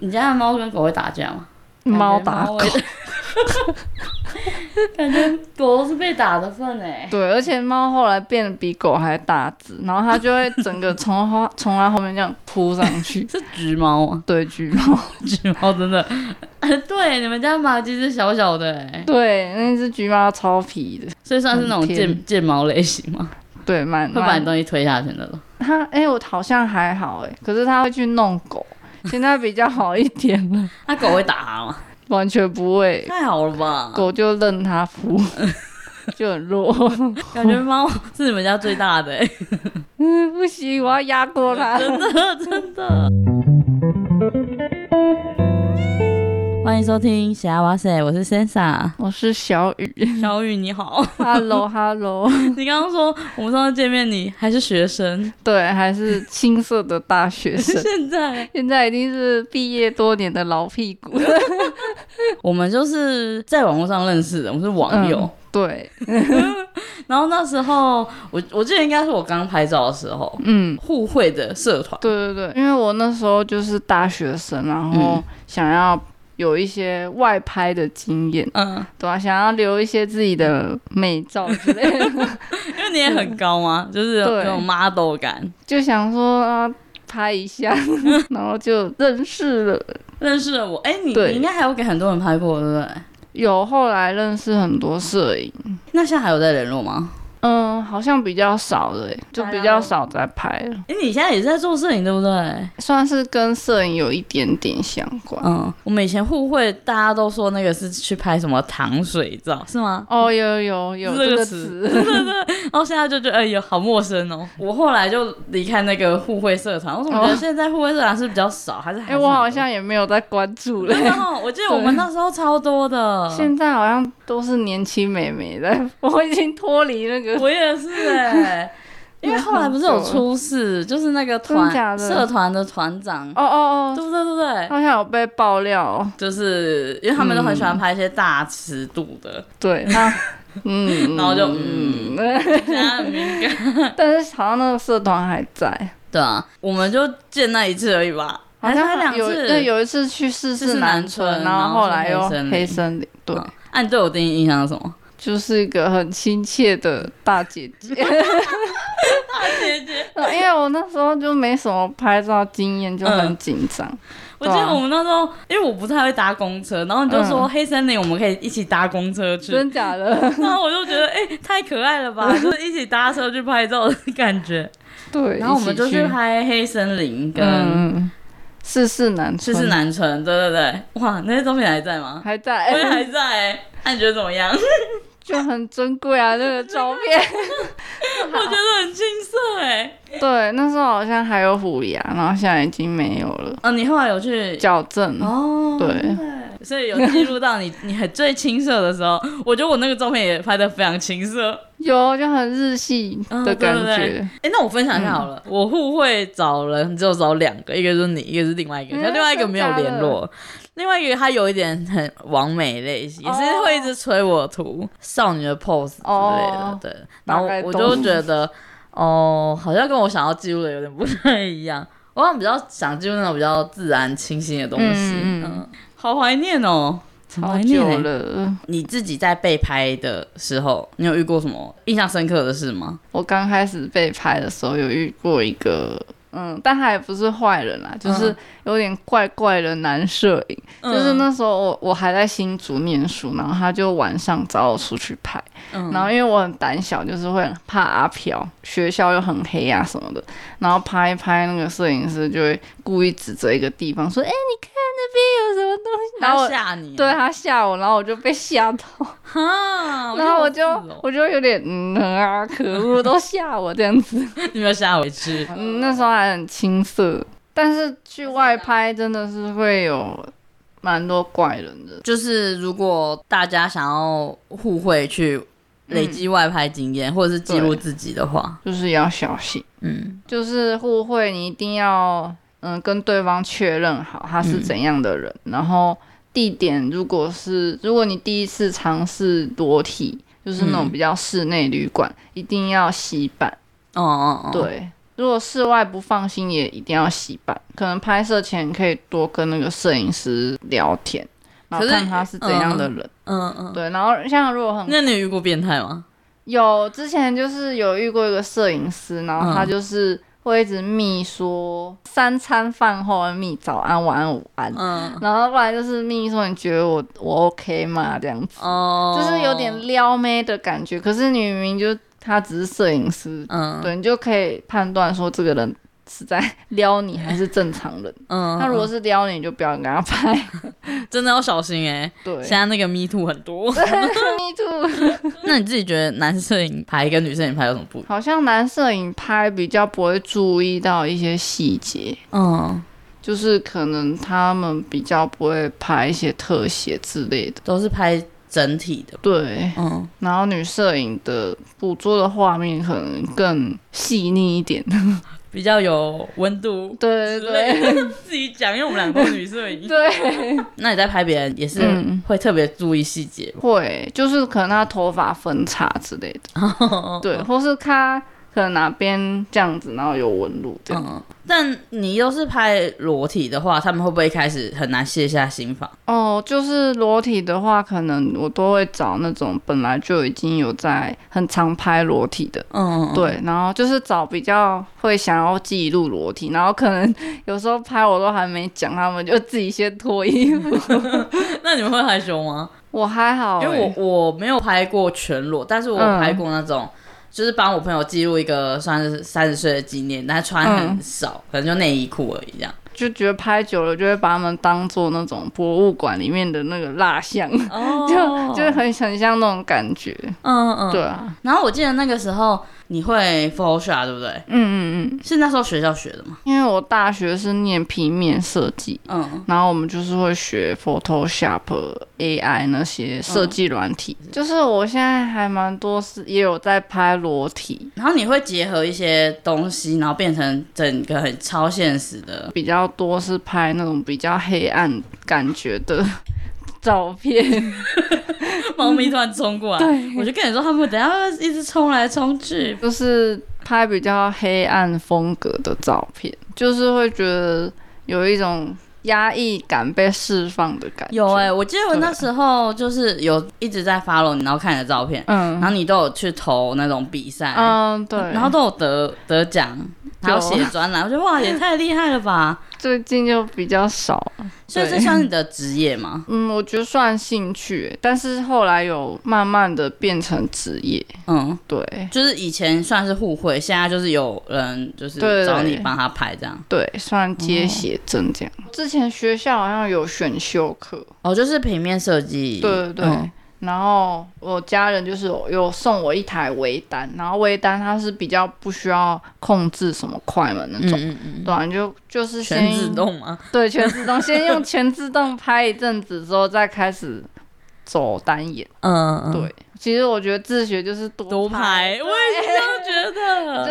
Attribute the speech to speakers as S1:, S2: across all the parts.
S1: 你家的猫跟狗会打架吗？
S2: 猫打狗，
S1: 感觉狗都是被打的份哎、。
S2: 对，而且猫后来变得比狗还大只，然后它就会整个从花从它后面这样扑上去
S1: 是橘猫啊，
S2: 对，橘猫，
S1: 橘猫真的，啊对，你们家麻吉是小小的哎、
S2: 对，那只橘猫超皮的，
S1: 所以算是那种
S2: 很甜
S1: 剑剑毛类型吗？
S2: 对，蛮
S1: 会把
S2: 蛮
S1: 你东西推下去那种。
S2: 它，哎、我好像还好哎、可是它会去弄狗，现在比较好一点了，
S1: 那啊狗会打它吗？
S2: 完全不 会，
S1: 太好了吧！
S2: 狗就任它扑，就很弱。
S1: 感觉猫是你们家最大的、欸，
S2: 嗯，不行，我要压过它。
S1: 真的真的。 欢迎收听《霞哇塞》，我是 Sensa。
S2: 我是小雨
S1: 小雨你好，
S2: ，Hello Hello，
S1: 你刚刚说我们上次见面你还是学生，
S2: 对，还是青涩的大学生，
S1: 现在
S2: 现在已经是毕业多年的老屁股。
S1: 我们就是在网络上认识的，我们是网友。
S2: 嗯对，
S1: 然后那时候我我记得应该是我刚拍照的时候，
S2: 嗯，
S1: 互惠的社团，
S2: 对对对，因为我那时候就是大学生，然后
S1: 嗯
S2: 想要有一些外拍的经验，
S1: 嗯，
S2: 对啊，想要留一些自己的美照之 类的，
S1: 因为你也很高嘛，就是有
S2: 嗯对
S1: 那种 model 感。
S2: 就想说啊。拍一 下，然后就认识了，
S1: 认识了我，哎、你
S2: 对
S1: 你应该还有给很多人拍过，对不对？
S2: 有后来认识很多摄影，
S1: 那现在还有在联络吗？
S2: 嗯，好像比较少了耶，就
S1: 大家
S2: 比较
S1: 都
S2: 少在拍了，
S1: 哎、你现在也是在做摄影，对不对？
S2: 算是跟摄影有一点点相关。
S1: 嗯，我们以前互惠，大家都说那个是去拍什么糖水照，是吗？
S2: 哦，有有有
S1: 这个
S2: 这个
S1: 词
S2: 词，
S1: 然后现在就觉得，哎、呦，好陌生哦。我后来就离开那个互惠社团，我怎么觉得
S2: 哦
S1: 现在互惠社团是比较少，还是还
S2: 哎、
S1: 是
S2: 我
S1: 很
S2: 好
S1: 多
S2: 像也没有在关注了。
S1: 真 的哦，我记得我们那时候超多的。
S2: 现在好像都是年轻美眉在， 我已经脱离那个，
S1: 我也是哎、 因为后来不是有出事，就是那个
S2: 真的假
S1: 团
S2: 的
S1: 社团的团长，
S2: 哦哦
S1: 对
S2: 哦，
S1: 不对？对不对？
S2: 好像有被爆料哦，
S1: 就是因为他们都很喜
S2: 嗯
S1: 欢拍一些大尺度的，
S2: 对，那嗯，
S1: 然后就嗯，现在很敏感。
S2: 但是好像那个社团还在，
S1: 对啊，我们就见那一次而已吧，
S2: 好像
S1: 还是两
S2: 有对
S1: 次。
S2: 有一次去世
S1: 世
S2: 事
S1: 南
S2: 南
S1: 村
S2: 村，
S1: 然
S2: 然
S1: 后
S2: 后
S1: 是
S2: 后来
S1: 黑
S2: 又
S1: 森林
S2: 黑森林，对，
S1: 嗯啊，你对我第一印象是什
S2: 啊
S1: 么？
S2: 就是一个很亲切的大姐 姐。
S1: 姐姐，
S2: 因为我那时候就没什么拍照经验，就很紧张。
S1: 我记得我们那时候，因为我不太会搭公车，然后
S2: 嗯
S1: 你就说黑森林我们可以一起搭公车去，
S2: 真假的？
S1: 然后我就觉得，哎、太可爱了 吧，就是一起搭车去拍照的感觉。
S2: 对，
S1: 然后我们就
S2: 一起
S1: 去
S2: 去
S1: 拍黑森林跟
S2: 嗯，世事难
S1: 赤
S2: 春，
S1: 是南城，对对对，哇，那些照片还在吗？
S2: 还
S1: 我也
S2: 在，哎
S1: 还在、欸，那、你觉得怎么 样？
S2: 就很珍贵啊，那个照片。
S1: 我觉得很青涩哎、
S2: 对，那时候好像还有虎牙，然后现在已经没有了，
S1: 哦，你后来有去
S2: 矫正。
S1: 哦，
S2: 对，
S1: 所以有记录到你 你很最青涩的时候，我觉得我那个照片也拍的非常青涩。
S2: 有就很日系的感
S1: 嗯对对
S2: 觉。嗯
S1: 哎、那我分享一下好了，我互惠找人只有找两个，一个就是你，一个是另外一个，
S2: 嗯
S1: 那、另外一个没有联络，另外一个他有一点很完美类型，也是
S2: 哦
S1: 会一直催我图、少女的 pose 之类的，
S2: 哦
S1: 对，然后
S2: 大概
S1: 我
S2: 懂
S1: 就觉得哦，好像跟我想要记录的有点不太一样。我好像比较想记录那种比较自然清新的东西，嗯
S2: 嗯嗯
S1: 好怀念哦，好
S2: 好
S1: 怀念
S2: 久
S1: 欸
S2: 了，
S1: 你自己在被拍的时候，你有遇过什么印象深刻的事吗？
S2: 我刚开始被拍的时候有遇过一个，嗯，但他也不是坏人啦，就是
S1: 嗯
S2: 有点怪怪的男摄影。就是
S1: 嗯，
S2: 那时候我我还在新竹念书，然后他就晚上找我出去拍，
S1: 嗯
S2: 然后因为我很胆小，就是会很怕阿飘，学校又很黑啊什么的，然后拍一拍那个摄影师就会故意指着一个地方说：“哎、你看那边有什么东西。”然后
S1: 他
S2: 我
S1: 吓你，
S2: 对他吓我，然后我就被吓到，
S1: 哈，
S2: 然后我就
S1: 我就哦
S2: 我就有点嗯啊，可恶，都吓我这样子。
S1: 你没有吓我一次，
S2: 嗯，那时候还很青涩，但是去外拍真的是会有蛮多怪人的。
S1: 就是如果大家想要互惠去累积外拍经验，或者是记录自己的话，
S2: 就是要小心，
S1: 嗯
S2: 就是互惠，你一定要嗯跟对方确认好他是怎样的人，然后地点如果是如果你第一次尝试裸体，就是那种
S1: 嗯
S2: 比较室内旅馆，一定要洗板，
S1: 哦哦哦，
S2: 对，如果室外不放心，也一定要洗板。可能拍摄前可以多跟那个摄影师聊天，然后
S1: 可是
S2: 看他是怎样的人。
S1: 嗯嗯，
S2: 对，然后像如果很
S1: 那你有遇过变态吗？
S2: 有之前就是有遇过一个摄影师，然后他
S1: 嗯
S2: 就是会一直密说三餐饭后会密早安、晚安、午安，
S1: 嗯，
S2: 然后不然就是密说你觉得我我 OK 吗？这样子，
S1: 哦，
S2: 就是有点撩妹的感觉。可是你明明就他只是摄影师，
S1: 嗯，
S2: 对你就可以判断说这个人是在撩你还是正常人。
S1: 嗯，
S2: 他如果是撩你，你就不要跟他拍。
S1: 真的要小心哎、
S2: 对
S1: 现在那个 Me Too 很多。
S2: ，me too。
S1: 那你自己觉得男摄影拍跟女摄影拍有什么不一样？
S2: 好像男摄影拍比较不会注意到一些细节。
S1: 嗯，
S2: 就是可能他们比较不会拍一些特写之类的，
S1: 都是拍整体的。
S2: 对。
S1: 嗯，
S2: 然后女摄影的捕捉的画面可能更细腻一点，
S1: 比较有温度。
S2: 对
S1: 之
S2: 对
S1: 类的 自己讲，因为我们两个都是女摄影。
S2: 对，
S1: 那你在拍别人也是
S2: 嗯
S1: 会特别注意细节。
S2: 会就是可能他头发分叉之类的， 对，或是他可能哪边这样子，然后有纹路这样，
S1: 嗯，但你又是拍裸体的话，他们会不会一开始很难卸下心防？
S2: 哦，就是裸体的话，可能我都会找那种本来就已经有在很常拍裸体的，
S1: 嗯，
S2: 对，然后就是找比较会想要记录裸体，然后可能有时候拍我都还没讲，他们就自己先脱衣 服。
S1: 那你们会害羞吗？
S2: 我还好欸、
S1: 因为我我没有拍过全裸，但是我
S2: 嗯
S1: 拍过那种，就是帮我朋友记录一个算是三十岁的纪念，但穿很
S2: 嗯
S1: 少，可能就内衣裤而已 这样。
S2: 就觉得拍久了就会把他们当做那种博物馆里面的那个蜡像，
S1: 哦
S2: 就就很很像那种感觉。
S1: 嗯嗯
S2: 对。啊，
S1: 然后我记得那个时候你会 Photoshop 对不对？
S2: 嗯嗯嗯，
S1: 是那时候学校学的吗？
S2: 因为我大学是念平面设计。
S1: 嗯，
S2: 然后我们就是会学 Photoshop、AI 那些设
S1: 嗯
S2: 计软体，就是我现在还蛮多是也有在拍裸体，
S1: 然后你会结合一些东西，然后变成整个很超现实的。
S2: 比较多是拍那种比较黑暗感觉的 照片。嗯
S1: 猫咪突然冲过来，我就跟你说，他们等一下会一直冲来冲去。
S2: 就是拍比较黑暗风格的照片，就是会觉得有一种压抑感被释放的感觉。
S1: 有哎、我记得我
S2: 对
S1: 那时候就是有一直在 follow 你，然后看你的照片，然
S2: 嗯
S1: 后你都有去投那种比赛，
S2: 嗯，对。
S1: 然后都有得得奖，还有
S2: 有
S1: 写专栏，我觉得哇，也太厉害了 吧！
S2: 最近就比较少，
S1: 所以这算是你的职业 吗？
S2: 嗯，我觉得算兴趣，但是后来有慢慢的变成职业，
S1: 嗯，
S2: 对
S1: 就是以前算是互惠，现在就是有人就是
S2: 对
S1: 找你帮他拍这样。
S2: 对，算接
S1: 哦
S2: 写真这样。之前学校好像有选修课，
S1: 哦，就是平面设计，
S2: 对对对
S1: 嗯
S2: 然后我家人就是有有送我一台微单，然后微单它是比较不需要控制什么快门那
S1: 嗯
S2: 种，
S1: 嗯嗯，
S2: 对啊、你就就是先
S1: 全自，动吗？
S2: 对，全自动，先用全自动拍一阵子之后再开始走单眼。
S1: 嗯，嗯
S2: 对，，其实我觉得自学就是多
S1: 多拍，
S2: 对
S1: 我也是这样觉得。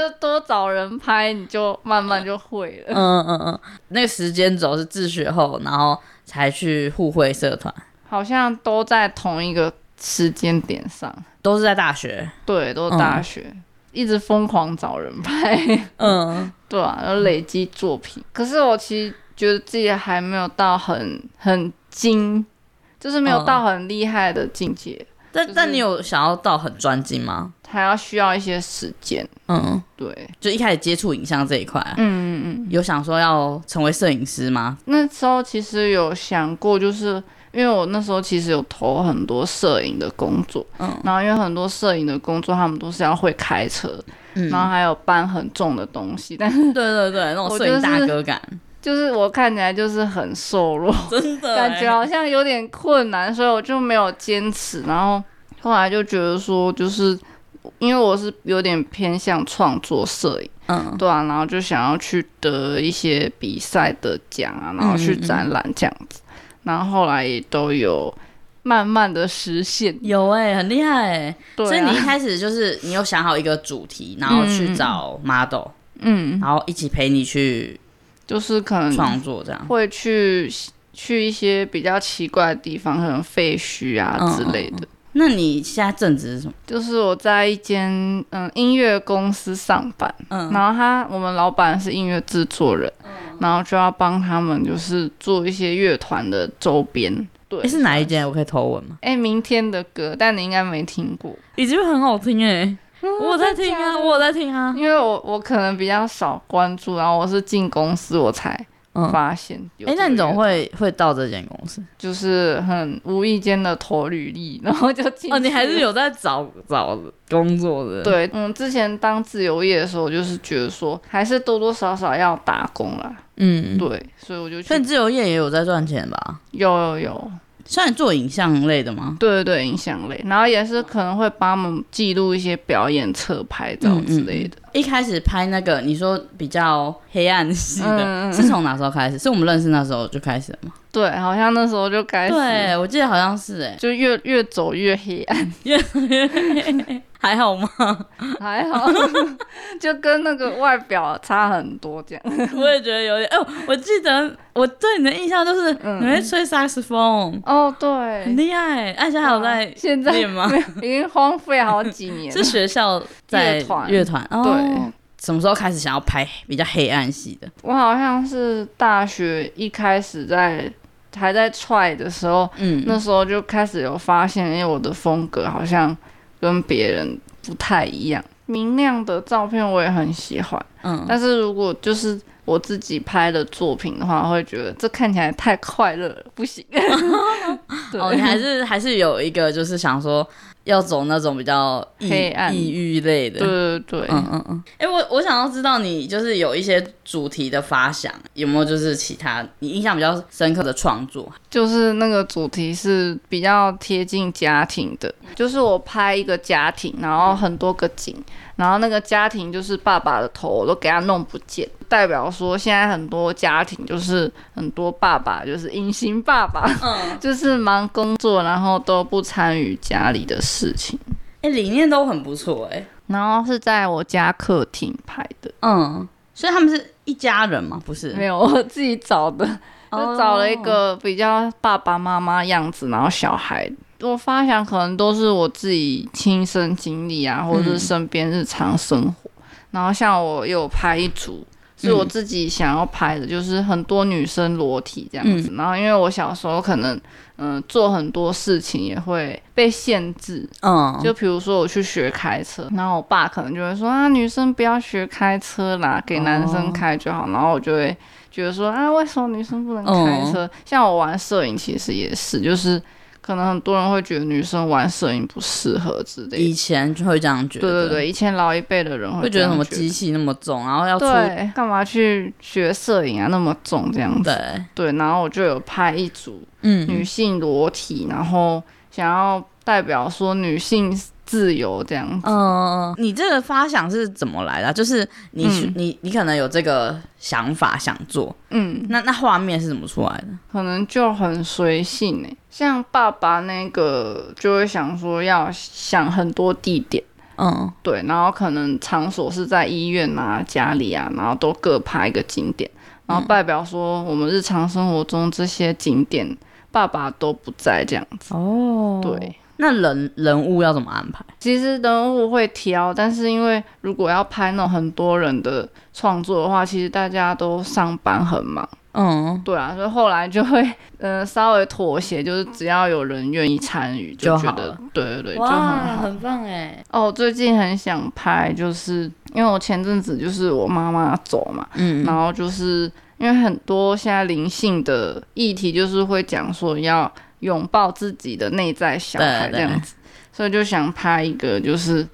S2: 就多找人拍，你就慢慢就会了。
S1: 嗯嗯嗯，那个时间轴是自学后，然后才去互惠社团，
S2: 好像都在同一个时间点上，
S1: 都是在大学。
S2: 对，都是大学、一直疯狂找人拍。
S1: 嗯，
S2: 对啊，要累积作品。可是我其实觉得自己还没有到很很精，就是
S1: 嗯
S2: 没有到很厉害的境界，
S1: 但、
S2: 就是
S1: 但你有想要到很专精吗？
S2: 还要需要一些时间。
S1: 嗯，
S2: 对，
S1: 就一开始接触影像这一块啊、
S2: 嗯嗯嗯。
S1: 有想说要成为摄影师吗？
S2: 那时候其实有想过，就是因为我那时候其实有投很多摄影的工作，
S1: 嗯
S2: 然后因为很多摄影的工作他们都是要会开车，
S1: 嗯，
S2: 然后还有搬很重的东西，但
S1: 对对对，那种摄影大哥感，
S2: 就是我看起来就是很瘦弱，
S1: 真的欸
S2: 感觉好像有点困难，所以我就没有坚持。然后后来就觉得说，就是因为我是有点偏向创作摄影，
S1: 嗯
S2: 对啊，然后就想要去得一些比赛的奖啊，然后
S1: 嗯
S2: 去展览这样子。然后后来也都有慢慢的实现，
S1: 有哎、很厉害哎、
S2: 对、啊，
S1: 所以你一开始就是你有想好一个主题，然后去找 model，、
S2: 嗯，
S1: 然后一起陪你去
S2: 就是可能
S1: 创作这样。
S2: 会去去一些比较奇怪的地方，可能废墟啊
S1: 嗯
S2: 之类的。
S3: 那你现在正职是什么？
S2: 就是我在一间嗯音乐公司上班，
S3: 嗯
S2: 然后他我们老板是音乐制作人，
S1: 嗯
S2: 然后就要帮他们就是做一些乐团的周边。对，
S1: 诶是哪一间？我可以投文吗？
S2: 哎、明天的歌，但你应该没听过，
S1: 已经很好听哎、我有在听
S2: 嗯真的假
S1: 啊，
S2: 的
S1: 我有在听啊。
S2: 因为我我可能比较少关注，然后我是进公司我才
S1: 嗯，
S2: 发现有。
S1: 哎、那你怎么？会会到这间公司？
S2: 就是很无意间的投履历，然后就进。
S1: 哦，你还是。有在找找工作的。，
S2: 对，嗯，之前当自由业的时候，我就是觉得说，还是多多少少要打工啦。
S1: 嗯，
S2: 对，所以我就去
S1: 所以自由业也有在赚钱吧？
S2: 有有有，
S3: 算做影像类的吗？
S2: 对对对，影响类，然后也是可能会帮我们记录一些表演侧拍
S1: 嗯
S2: 照之类的。
S3: 一开始拍那个你说比较黑暗系的，
S2: 嗯嗯嗯
S3: 是从哪时候开始？是我们认识那时候就开始了吗？
S2: 对，好像那时候就开始，
S3: 对，我记得好像是
S1: 欸
S3: 哎、
S2: 就越越走越黑 暗，
S3: 还好 吗？
S2: 还好， 就跟那个外表差很多这样。
S1: 我也觉得有点。哎、我记得我对你的印象就是
S2: 嗯
S1: 你会吹萨克斯风，
S2: 哦，
S1: 很
S2: 对，
S1: 厉害。哎，现在还有在
S2: 现在
S1: 练吗？
S2: 已经荒废好几年了
S1: 是。学校在
S2: 乐团
S1: 乐团。哦、
S2: 对，
S3: 什么时候开始想要拍比较黑暗系的？
S2: 我好像是大学一开始在还在踹的时候，
S3: 嗯，
S2: 那时候就开始有发现，因为我的风格好像跟别人不太一样。明亮的照片我也很喜欢，
S3: 嗯，
S2: 但是如果就是我自己拍的作品的话，我会觉得这看起来太快乐了，不行。对，
S1: 哦，你还是还是有一个就是想说要走那种比较抑
S2: 黑暗
S1: 抑郁类的。
S2: 对对对，
S1: 嗯嗯嗯。哎、我我想要知道你就是有一些主题的发想，有没有就是其他你印象比较深刻的创作？
S2: 就是那个主题是比较贴近家庭的，就是我拍一个家庭，然后很多个景，然后那个家庭就是爸爸的头我都给他弄不见，代表说现在很多家庭就是很多爸爸就是隐形爸爸， 就是忙工作，然后都不参与家里的事情。
S1: 哎、理念都很不错哎、
S2: 然后是在我家客厅拍的，
S3: 嗯，所以他们是一家人吗？不是，
S2: 没有我自己找的，就找了一个比较爸爸妈妈样子，然后小孩。我发想可能都是我自己亲身经历啊，或者是身边日常生活。然后像我有拍一组是我自己想要拍的，就是很多女生裸体这样子。然后因为我小时候可能嗯、呃做很多事情也会被限制，
S3: 嗯，
S2: 就比如说我去学开车，然后我爸可能就会说啊，女生不要学开车啦，给男
S3: 哦
S2: 生开就好。然后我就会觉得说啊，为什么女生不能开
S3: 哦
S2: 车？像我玩摄影，其实也是，就是可能很多人会觉得女生玩摄影不适合之类
S3: 以
S2: 的。
S3: 前就会这样觉
S2: 对
S3: 得，
S2: 对对，以前老一辈的人会
S3: 会觉
S2: 这
S3: 得
S2: 样
S3: 什么
S2: 得
S3: 机器那么重，然后要出
S2: 对，干嘛去学摄影啊？那么重这样子。
S3: 对，
S2: 对，然后我就有拍一组
S3: 嗯
S2: 女性裸体，然后想要代表说女性自由这样子。
S3: 嗯，你这个发想是怎么来的啊？就是你、
S2: 嗯
S3: 你你可能有这个想法想做，
S2: 嗯，
S3: 那那画面是怎么出来的？
S2: 可能就很随性诶、像爸爸那个就会想说要想很多地点，
S3: 嗯
S2: 对，然后可能场所是在医院啊、家里啊，然后都各拍一个景点，然后代表说我们日常生活中这些景点爸爸都不在这样子，
S3: 哦
S1: 嗯
S2: 对。，
S3: 那人人物要怎么安排？
S2: 其实人物会挑，但是因为如果要拍那种很多人的创作的话，其实大家都上班很忙，
S3: 嗯，
S2: 对啊，所以后来就会呃稍微妥协，就是只要有人愿意参与，就
S3: 就
S2: 觉
S3: 好
S2: 得
S3: 了
S2: 对对对，就很
S1: 哇，
S2: 好。
S1: 很棒哎、
S2: 哦，我最近很想拍，就是因为我前阵子就是我妈妈走嘛，
S3: 嗯
S2: 然后就是因为很多现在灵性的议题，就是会讲说要拥抱自己的内在小孩
S3: 对
S2: 这
S3: 对
S2: 样子，所以就想拍一个就是。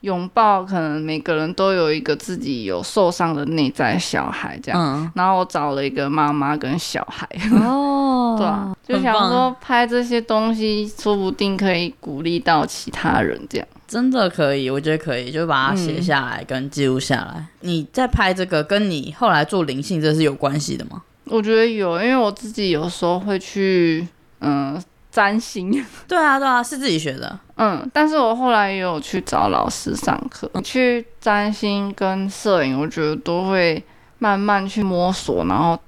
S2: 拥抱，可能每个人都有一个自己有受伤的内在小孩这样，
S3: 嗯，
S2: 然后我找了一个妈妈跟小孩，
S3: 哦
S2: 对啊，就想
S3: 很棒
S2: 说拍这些东西，说不定可以鼓励到其他人这样。
S3: 真的可以，我觉得可以，就把它写
S2: 嗯
S3: 下来跟记录下来。 你在拍这个，跟你后来做灵性这是有关系的吗？
S2: 我觉得有，因为我自己有时候会去嗯、呃占星，
S3: 对啊，对啊，是自己学的。
S2: 嗯，但是我后来也有去找老师上课，去占星跟摄影，我觉得都会慢慢去摸索，然后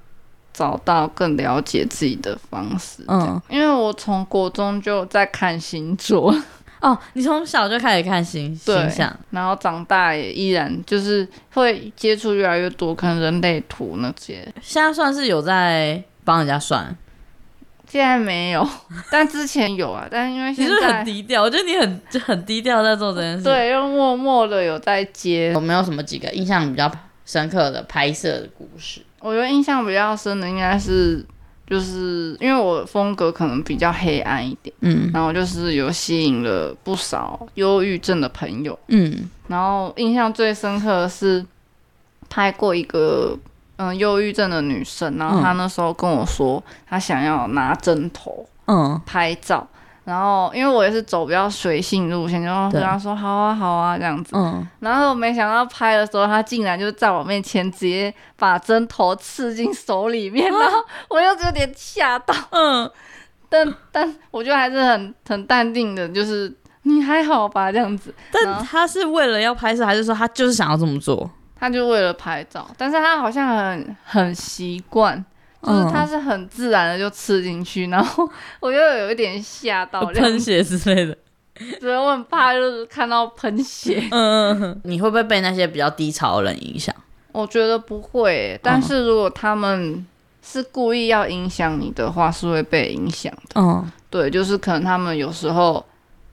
S2: 找到更了解自己的方式。
S4: 嗯，
S2: 因为我从国中就在看星座，
S4: 哦，你从小就开始看星
S2: 对
S4: 星象，
S2: 然后长大也依然就是会接触越来越多，可能人类图那些。
S4: 现在算是有在帮人家算。
S2: 现在没有， 但之前有啊，但因为
S4: 你
S2: 现
S4: 是不是很
S2: 在
S4: 低调？我觉得你很就很低调在做这件事。，
S2: 对又默默的有在接
S1: 有。没有什么几个印象比较深刻的拍摄的故事？
S2: 我觉得印象比较深的应该是，就是因为我风格可能比较黑暗一点，
S4: 嗯
S2: 然后就是有吸引了不少忧郁症的朋友。
S4: 嗯
S2: 然后印象最深刻的是拍过一个嗯忧郁症的女生，然后她那时候跟我说，她想要拿针头
S4: 嗯，
S2: 拍照。然后，因为我也是走比较随性路线，就
S4: 对
S2: 跟她说好啊好啊这样子。
S4: 嗯，
S2: 然后没想到拍的时候，她竟然就在我面前直接把针头刺进手里面，然后我又有点吓到。
S4: 啊嗯，
S2: 但但我觉得还是很很淡定的，就是你还好吧这样子。 然后
S4: 但他是为了要拍摄，还是说他就是想要这么做？
S2: 他就为了拍照，但是他好像很很习惯，就是
S4: 嗯
S2: 他是很自然的就吃进去，然后我就有一点吓到，这样
S4: 喷血之类 的。
S2: 所以我很怕就是看到喷血。
S4: 嗯嗯嗯，
S1: 你会不会被那些比较低潮的人影响？
S2: 我觉得不会欸、但是如果他们是故意要影响你的话，是会被影响的。
S4: 嗯
S2: 对，就是可能他们有时候，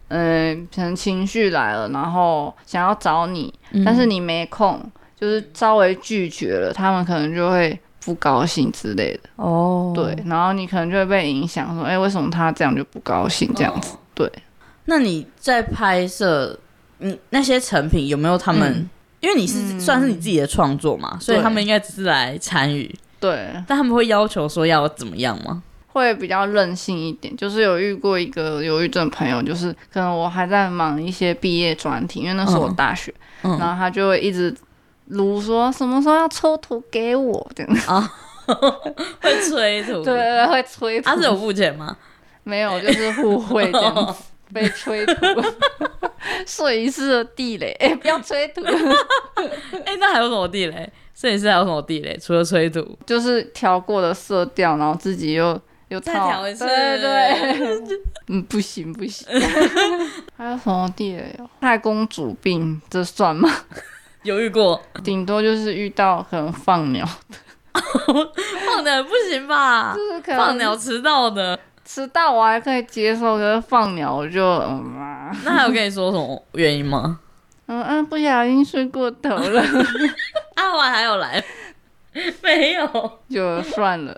S2: 嗯、可能情绪来了，然后想要找你，
S4: 嗯
S2: 但是你没空，就是稍微拒绝了，他们可能就会不高兴之类的。
S4: 哦，
S2: 对，然后你可能就会被影响，说，哎、为什么他这样就不高兴这样子？对，
S1: 那你在拍摄你那些成品有没有他们？
S2: 嗯
S1: 因为你是、
S2: 嗯
S1: 算是你自己的创作嘛，所以
S2: 对
S1: 他们应该只是来参与，
S2: 对，
S1: 但他们会要求说要怎么样吗？
S2: 会比较任性一点。就是有遇过一个忧郁症朋友，就是可能我还在忙一些毕业专题，因为那是我
S4: 嗯
S2: 大学，
S4: 嗯
S2: 然后他就会一直撸说什么时候要抽图给我这样，
S1: 会催吐，
S2: 对对，对，会催吐，
S1: 他啊是有付钱吗？
S2: 没有就是互惠这样子。被催吐，设一次的地雷，哎、不要催吐，
S1: 哎、那还有什么地雷？摄影师还有什么地雷？除了催吐，
S2: 就是调过的色调，然后自己又又
S1: 再
S2: 套
S1: 调一次
S2: 对对对，嗯，不行不行， 还有什么地雷哦？太公主病这 算吗？
S1: 犹豫过，
S2: 顶多就是遇到可能放鸟，
S1: 放的不行吧？
S2: 就是可能
S1: 放鸟迟到的，
S2: 迟到我还可以接受，可是放鸟我就嗯啊，
S1: 那还有跟你说什么原因吗？
S2: 嗯嗯，不小心睡过头了，
S1: 阿华还有来？ 没有。
S2: 就算了，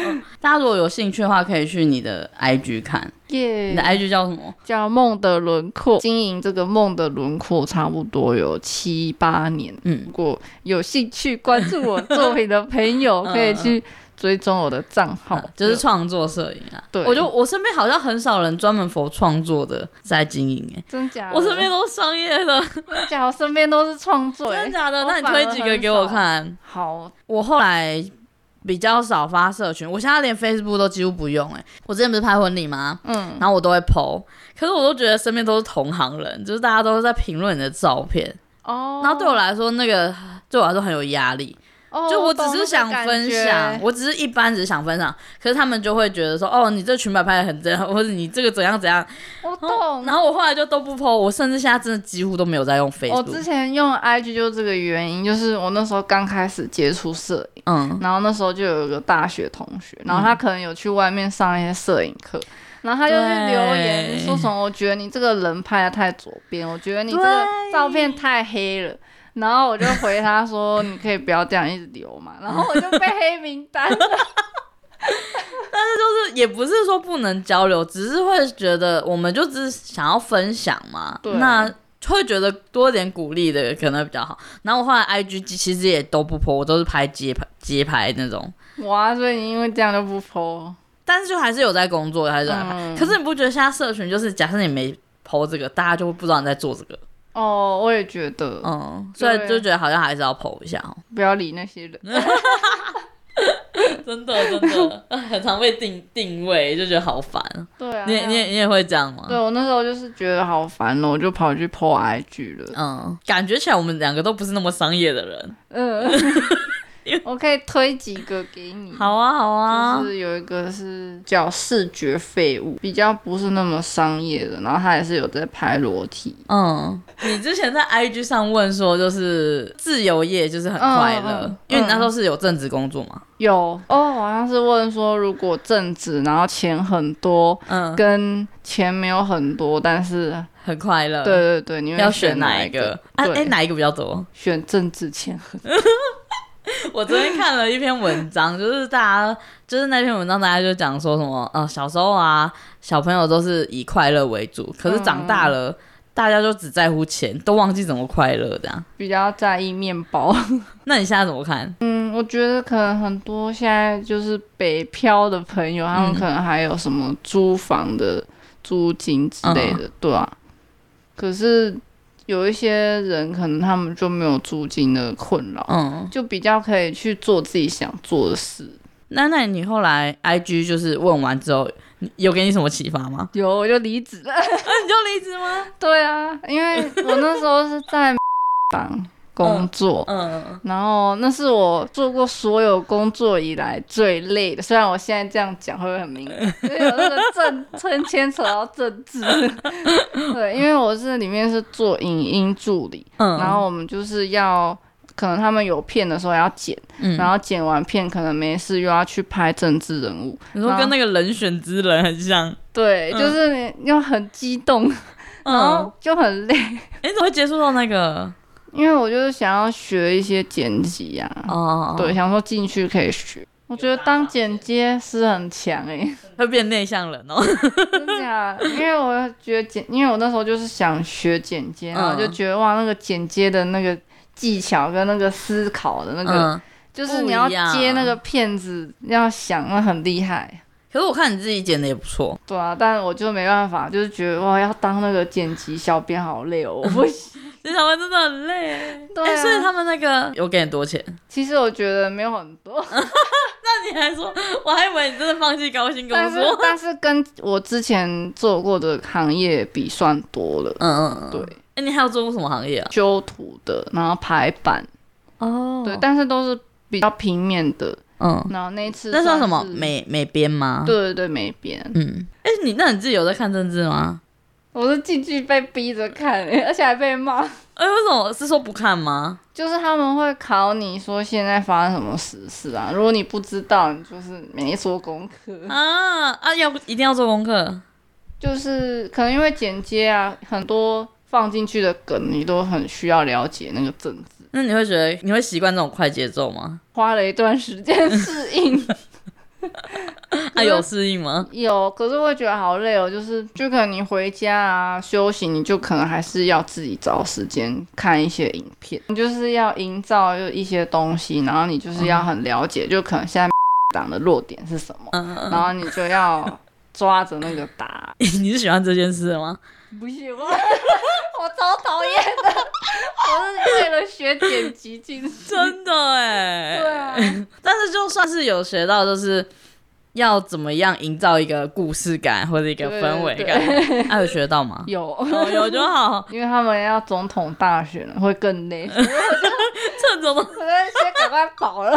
S1: 大家如果有兴趣的话，可以去你的 IG 看，
S2: 耶、
S1: 你的 IG 叫什么？
S2: 叫梦的轮廓，经营这个梦的轮廓差不多有七八年。
S1: 嗯
S2: 如果有兴趣关注我作品的朋友，
S1: 嗯
S2: 可以去追踪我的账号
S1: 啊，就是创作摄影啊。
S2: 对
S1: 我就我身边好像很少人专门佛创作的在经营哎、
S2: 真假的？
S1: 我身边都商业的，
S2: 真 假，我身边都是创作、
S1: 真的
S2: 欸。
S1: 假的？
S2: 我
S1: 那你
S2: 反而
S1: 推几个给我
S2: 很少
S1: 看？
S2: 好，
S1: 我后来比较少发社群，我现在连 Facebook 都几乎不用哎、我之前不是拍婚礼吗？
S2: 嗯，
S1: 然后我都会 PO，可是我都觉得身边都是同行人，就是大家都在评论你的照片，
S2: 哦，
S1: 然后对我来说，那个对我来说很有压力。
S2: 哦，
S1: 就我只
S2: 懂
S1: 是想分享，我只是一般只是想分享，可是他们就会觉得说，哦，你这裙摆拍的很怎样， 或者你这个怎样怎样。
S2: 那个感觉我懂。哦
S1: 然后我后来就都不 po，我甚至现在真的几乎都没有在用
S2: 我之
S1: Facebook。
S2: 前用 IG 就是这个原因，就是我那时候刚开始接触摄影。
S1: 嗯，
S2: 然后那时候就有一个大学同学，然后他可能有去外面上一些摄影课，然后他就去留言
S1: 对
S2: 说什么：“我觉得你这个人拍的太左边，我觉得你这个
S1: 对
S2: 照片太黑了。”然后我就回他说：“你可以不要这样一直留嘛。”然后我就被黑名单 了。
S1: 就是也不是说不能交流，只是会觉得我们就只是想要分享嘛。
S2: 对
S1: 那。会觉得多点鼓励的可能比较好。然后我后来 IG 其实也都不 po，我都是拍街拍街拍那种，
S2: 哇，所以你因为这样就不 po，
S1: 但是就还是有在工作，还是有在拍。
S2: 嗯
S1: 可是你不觉得现在社群就是，假设你没 PO 这个，大家就会不知道你在做这个，
S2: 哦，我也觉得、
S1: 嗯，所
S2: 对
S1: 以就觉得好像还是要 PO 一下哦。
S2: 不要理那些
S1: 嗯
S2: 人。
S1: 真的真的， 很常被定定位，就觉得好烦。哦
S2: 对啊，
S1: 你也你也你也会这样
S2: 对
S1: 吗？
S2: 我那时候就是觉得好烦哦，我就跑去 po IG 了。
S1: 嗯，感觉起来我们两个都不是那么商业的人，
S2: 嗯，我可以推几个给你。
S1: 好啊，好啊，
S2: 就是有一个是叫视觉废物，比较不是那么商业的，然后他也是有在拍裸体，
S1: 嗯，你之前在 IG 上问说，就是自由业就是很快乐，
S2: 嗯嗯
S1: 因为你那时候是有正职工作嘛，
S2: 有哦，好像是问说如果正职，然后钱很多，
S1: 嗯，
S2: 跟钱没有很多，但是
S1: 很快乐，
S2: 对，对对，你会
S1: 要
S2: 选
S1: 选哪
S2: 一
S1: 一个？啊，
S2: 对，
S1: 哎、哪一个比较多？
S2: 选政治钱很多。
S1: 我昨天看了一篇文章，就是大家就是那篇文章，大家就讲说什么呃，小时候啊，小朋友都是以快乐为主，可是长大了，大家就只在乎钱，都忘记怎么快乐这样。
S2: 比较在意面包，
S1: 那你现在怎么看？
S2: 嗯，我觉得可能很多现在就是北漂的朋友，他们
S1: 嗯
S2: 可能还有什么租房的租金之类的，对啊。可是有一些人可能他们就没有租金的困扰，
S1: 嗯，
S2: 就比较可以去做自己想做的事。
S1: 那那你后来 I G 就是问完之后，你有给你什么启发吗？
S2: 有，我就离职了。
S1: 啊你就离职吗？
S2: 对啊，因为我那时候是在 房工作，
S1: 嗯，
S2: 然后那是我做过所有工作以来最累的，虽然我现在这样讲会不会很 敏感？因为有那个政， 牵牵扯到政治。对，因为我是里面是做影音助理，
S1: 嗯
S2: 然后我们就是要。可能他们有片的时候要剪，
S1: 嗯
S2: 然后剪完片可能没事又要去拍政治人物，
S1: 你说跟那个人选之人很像，
S2: 对，
S1: 嗯
S2: 就是你要很激动，然
S1: 嗯
S2: 后， 就很累，
S1: 哎、你怎么会接触到那个？
S2: 因为我就是想要学一些剪辑啊，
S1: 哦，
S2: 对，，想说进去可以学。我觉得当剪接师很强诶、
S1: 会变内向人哦。
S2: 真的假的？因为我觉得剪，因为我那时候就是想学剪接，然后
S1: 嗯
S2: 就觉得哇，那个剪接的那个技巧跟那个思考的那个，
S1: 嗯，
S2: 就是
S1: 不
S2: 你要
S1: 一样
S2: 接那个片子要想，那很厉害。
S1: 可是我看你自己剪的也不错，
S2: 对啊，但我就没办法，就是觉得哇，要当那个剪辑小编好累哦，我不 行。
S1: 剪小文真的很累。
S2: 对、
S1: 哎、
S2: 啊，
S1: 所以他们那个有给你多钱？
S2: 其实我觉得没有很多，
S1: 那你还说，我还以为你真的放弃高薪
S2: 但是 但是跟我之前做过的行业比算多了。
S1: 嗯嗯嗯，
S2: 对，
S1: 哎、你还有做过什么行业啊？
S2: 修图的，然后排版，
S1: 哦
S2: 对，，但是都是比较平面的。
S1: 嗯，
S2: 然后哦那一次
S1: 那算
S2: 算
S1: 什么
S2: 是
S1: 美美编吗？
S2: 对，对对，美编。
S1: 嗯，哎、你那你自己有在看政治吗？
S2: 我是进去被逼着看、 欸，而且还被骂。
S1: 哎、为什么是说不看吗？
S2: 就是他们会考你说现在发生什么时事啊，如果你不知道，你就是没做功课。
S1: 啊啊，要一定要做功课。
S2: 就是可能因为剪接啊，很多放进去的梗你都很需要了解那个政治，
S1: 那你会觉得你会习惯这种快节奏吗？
S2: 花了一段时间适应。
S1: 啊，有适应吗？
S2: 有，可是会觉得好累哦，就是就可能你回家啊休息，你就可能还是要自己找时间看一些影片，你就是要营造就一些东西，然后你就是要很了解，就可能现在 党的弱点是什么，然后你就要抓着那个打。
S1: 你是喜欢这件事的吗？
S2: 不喜 欢，我超讨厌的，我是为了学剪辑进去。
S1: 真的哎、
S2: 对啊，？
S1: 但是就算是有学到，就是要怎么样营造一个故事感或者一个氛围感，还、有学到吗
S2: 有。
S1: 哦，有就好，
S2: 因为他们要总统大选了，会更累，所以
S1: 趁着 吗？
S2: 我先赶快跑了。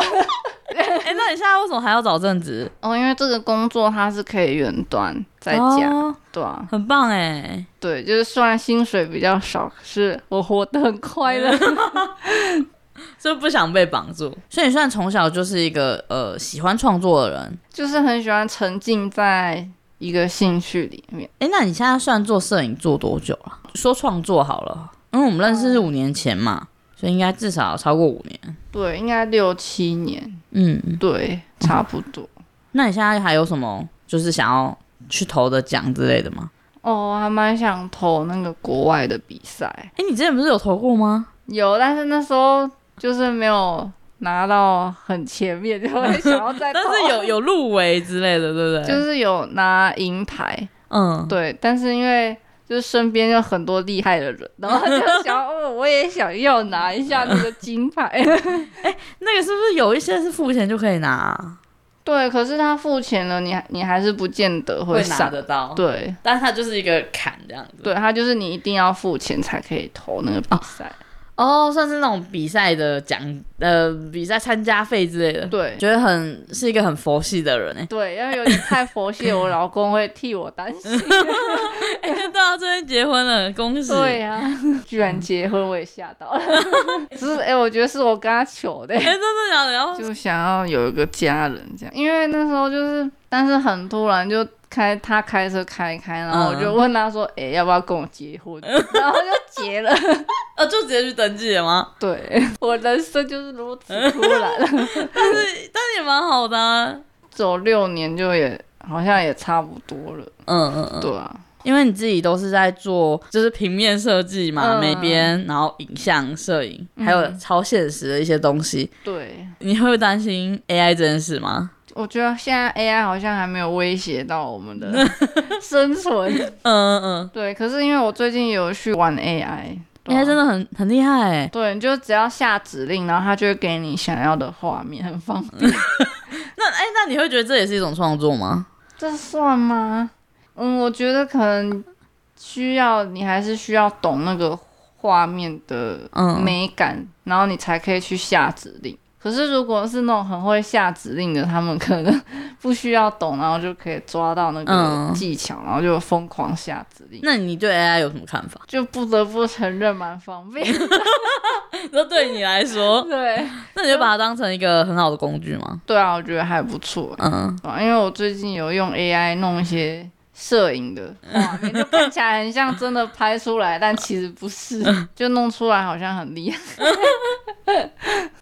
S1: 哎、那你现在为什么还要找正职？
S2: 哦，因为这个工作它是可以远端在家，
S1: 哦
S2: 对啊，
S1: 很棒哎、
S2: 对，就是虽然薪水比较少，可是我活得很快乐。
S1: 嗯就不想被绑住。所以你算从小就是一个呃喜欢创作的人。
S2: 就是很喜欢沉浸在一个兴趣里面。
S1: 哎、那你现在算做摄影做多久了、说创作好了，因为我们认识是五年前嘛，所以应该至少超过五年。
S2: 对，应该六七年，
S1: 嗯，
S2: 对，差不多。
S1: 那你现在还有什么就是想要去投的奖之类的吗？
S2: 哦，我还蛮想投那个国外的比赛，
S1: 哎、你之前不是有投过吗？
S2: 有，但是那时候就是没有拿到很前面，就会想要再投。
S1: 但是 有有入围之类的，对不对？
S2: 就是有拿银牌，
S1: 嗯，
S2: 对，但是因为就是身边有很多厉害的人，然后就想，哦，我也想要拿一下那个金牌。
S1: 那个是不是有一些是付钱就可以拿、啊
S2: 对，可是他付钱了，你还你还是不见得上。
S1: 得到，
S2: 对
S1: 但是它就是一个坎这样子。
S2: 对，他就是你一定要付钱才可以投那个比赛。
S1: 哦，算是那种比赛的奖，呃，比赛参加费之类的。
S2: 对
S1: 觉得很是一个很佛系的人哎、
S2: 对，要有点太佛系，我老公会替我担心。
S1: 欸，哎、到这边结婚了，恭喜！
S2: 对呀、居然结婚，我也吓到了。 只是哎、我觉得是我跟他求的、
S1: 哎、真的假的？然后
S2: 就想要有一个家人这样，因为那时候就是，但是很突然就开他开车开一开，然后我
S1: 嗯
S2: 就问他说：“哎、要不要跟我结婚？” 然后就结了。
S1: 呃，就直接去登记了吗？
S2: 对，我人生就是如此突然，
S1: 但也蛮好的啊、
S2: 走六年就也好像也差不多了，
S1: 嗯嗯嗯，
S2: 对啊，
S1: 因为你自己都是在做就是平面设计嘛，
S2: 嗯
S1: 美编，然后影像、摄影，还有超现实的一些东西，
S2: 对。
S1: 你会担心 AI 这件事吗？
S2: 我觉得现在 AI 好像还没有威胁到我们的 生存，
S1: 嗯嗯
S2: 对。可是因为我最近有去玩 AI，
S1: 嗯
S2: 对啊
S1: ，AI 真的很很厉害哎、
S2: 对，你就只要下指令，然后它就会给你想要的画面，很方便。
S1: 那哎、那你会觉得这也是一种创作吗？
S2: 这算吗？嗯，我觉得可能需要你还是需要懂那个画面的
S1: 嗯
S2: 美感，然后你才可以去下指令。可是如果是那种很会下指令的，他们可能 不需要懂，然后就可以抓到那
S1: 嗯
S2: 个技巧，然后就疯狂下指令。
S1: 那你对 AI 有什么看法？
S2: 就不得不承认，蛮方便。
S1: 那对你来说，
S2: 对，
S1: 那你就把它当成一个很好的工具吗？
S2: 对啊，我觉得还不错。
S1: 嗯，
S2: 啊，因为我最近有用 AI 弄一些摄影的画面，就看起来很像真的拍出来，但其实不是，就弄出来好像很厉害。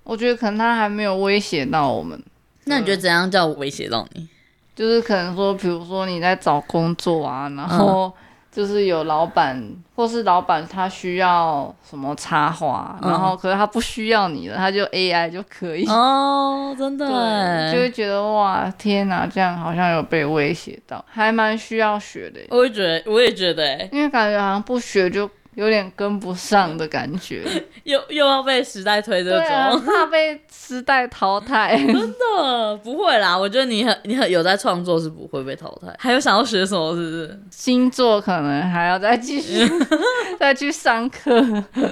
S2: 我觉得可能他还没有威胁到我们，
S1: 那你觉得怎样叫威胁到你？
S2: 就是可能说，比如说你在找工作啊，然后就是有老板或是老板他需要什么插画，啊
S1: 嗯
S2: 然后可是他不需要你了，他就 AI 就可以。
S1: 哦，真的
S2: 对，就
S1: 欸，
S2: 会觉得哇，天哪，这样好像有被威胁到，还蛮需要学的耶。
S1: 我也觉得，我也觉得欸，
S2: 因为感觉好像不学就有点跟不上的感 觉，
S1: 又又要被时代推这
S2: 对啊，
S1: 种，
S2: 怕被时代淘 汰。
S1: 真的不会啦。我觉得你很你很有在创作，是不会被淘汰。还有想要学什么，是不是？
S2: 星座可能还要再继 续再去上课，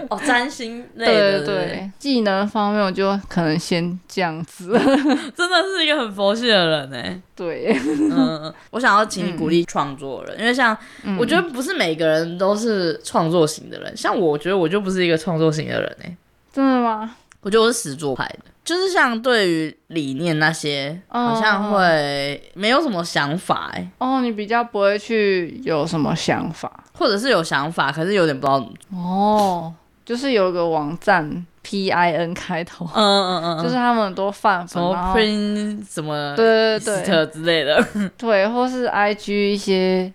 S1: 哦，占星类的，
S2: 对
S1: 对
S2: 对，技能方面我就可能先这样
S1: 不
S2: 子。
S1: 对，真的是一个很佛系的人哎。
S2: 对，
S1: 嗯，我想要请你鼓励创作人，因为像我觉得不是每个人都是创作型的人，像我觉得我就不是一个创作型的人哎，
S2: 真的吗？
S1: 我觉得我是实作派的，就是像对于理念那些，
S2: 哦
S1: 好像会没有什么想法哎，
S2: 哦，你比较不会去有什么想法
S1: 或者是有想法，可是有点不知道怎么做。
S2: 哦，就是有一个网站 P I N 开头，
S1: 嗯嗯嗯，
S2: 就是他们很多范
S1: 什
S2: 本，然
S1: 么
S2: 后
S1: print 什么
S2: 对对对
S1: list 之类的。
S2: 对，或是 IG 一些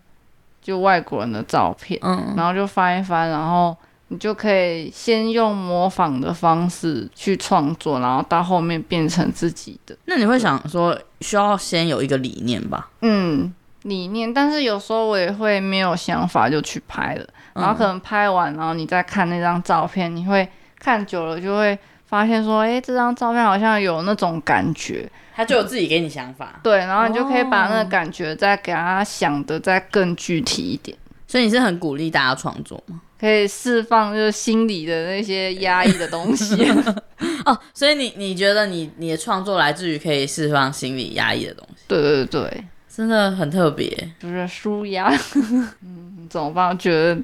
S2: 就外国人的照片。
S1: 嗯，
S2: 然后就翻一翻，然后你就可以先用模仿的方式去创作，然后到后面变成自己的
S1: 那你会想说需要先有一个理念吧？
S2: 嗯理念。但是有时候我也会没有想法就去拍了，
S1: 嗯
S2: 然后可能拍完，然后你再看那张照片，你会看久了就会发现说，诶，这张照片好像有那种感觉，
S1: 他就有自己给你想法，
S2: 对，然后你就可以把
S1: 哦
S2: 那个感觉再给它想的再更具体一点。
S1: 所以你是很鼓励大家创作吗？
S2: 可以释放就是心里的那些压抑的 东西，
S1: 哦，所以你你觉得你你的创作来自于可以释放心理压抑的东西，
S2: 对对对，
S1: 真的很特别。
S2: 就是舒压。嗯，怎么办？我觉得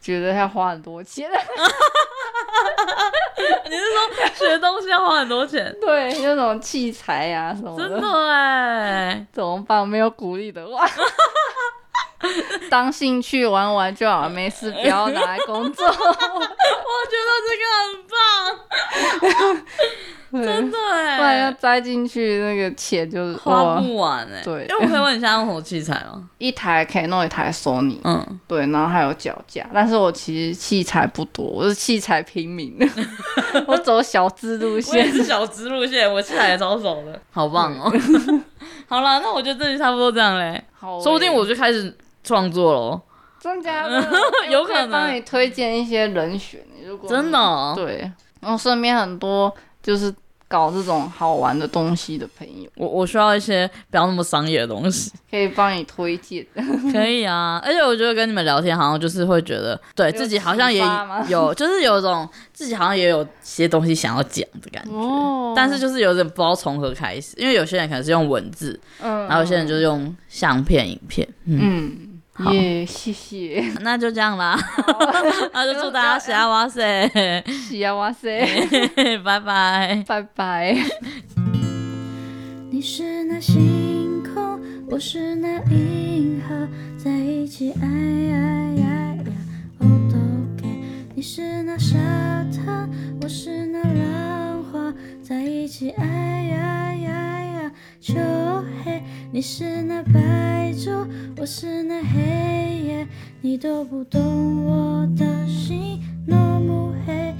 S2: 觉得要花很多钱。
S1: 学东西要花很多钱，
S2: 对，那种器材呀、什么
S1: 真
S2: 的，
S1: 的哎。
S2: 怎么办？没有鼓励的话，当兴趣玩玩就好了，没事不要拿来工 作。
S1: 我觉得 这个很棒，
S2: 对
S1: 真的
S2: 不然要
S1: 哎，
S2: 栽进去那个钱就是
S1: 花
S2: 哇，
S1: 不完哎。
S2: 对
S1: 因为我可以问你现在用什么器材吗？
S2: 一台可以弄一台索尼，
S1: 嗯，
S2: 对，然后还有脚架。但是我其实器材不多，我是器材平民， 我走小资路
S1: 我也
S2: 线。
S1: 是小资路线，我器材也超手的，好棒哦。 好了，那我觉得这里差不多这样嘞，
S2: 好欸
S1: 说不定我就开始创作喽，？
S2: 真假的
S1: 有
S2: 我
S1: 可
S2: 可
S1: 能
S2: 以帮你推荐一些人选，如果
S1: 真的、哦。
S2: 对，然后身边很多就是搞这种好玩的东西的朋友，
S1: 我我需要一些不要那么商业的东西。
S2: 可以帮你推荐。
S1: 可以啊，而且我觉得跟你们聊天，好像就是会觉得，对自己好像也
S2: 启发吗
S1: 有，就是有一种自己好像也有些东西想要讲的感觉，
S2: 哦
S1: 但是就是有点不知道从何开始，因为有些人可能是用文字，
S2: 嗯，
S1: 然后有些人就是用相片、影片，嗯，
S2: 嗯，
S1: 好
S2: 耶，谢谢，
S1: 那就这样啦， 那就祝大家喜爱哇塞，
S2: 喜啊哇塞，
S1: 拜拜。
S2: 拜拜。
S5: 你是那星空，我是那银河，在一起爱爱爱呀，我都给。你是那沙滩，我是那浪花，在一起爱爱爱呀，秋黑。你是那白昼，我是那黑夜，你都不懂我的心，那么黑。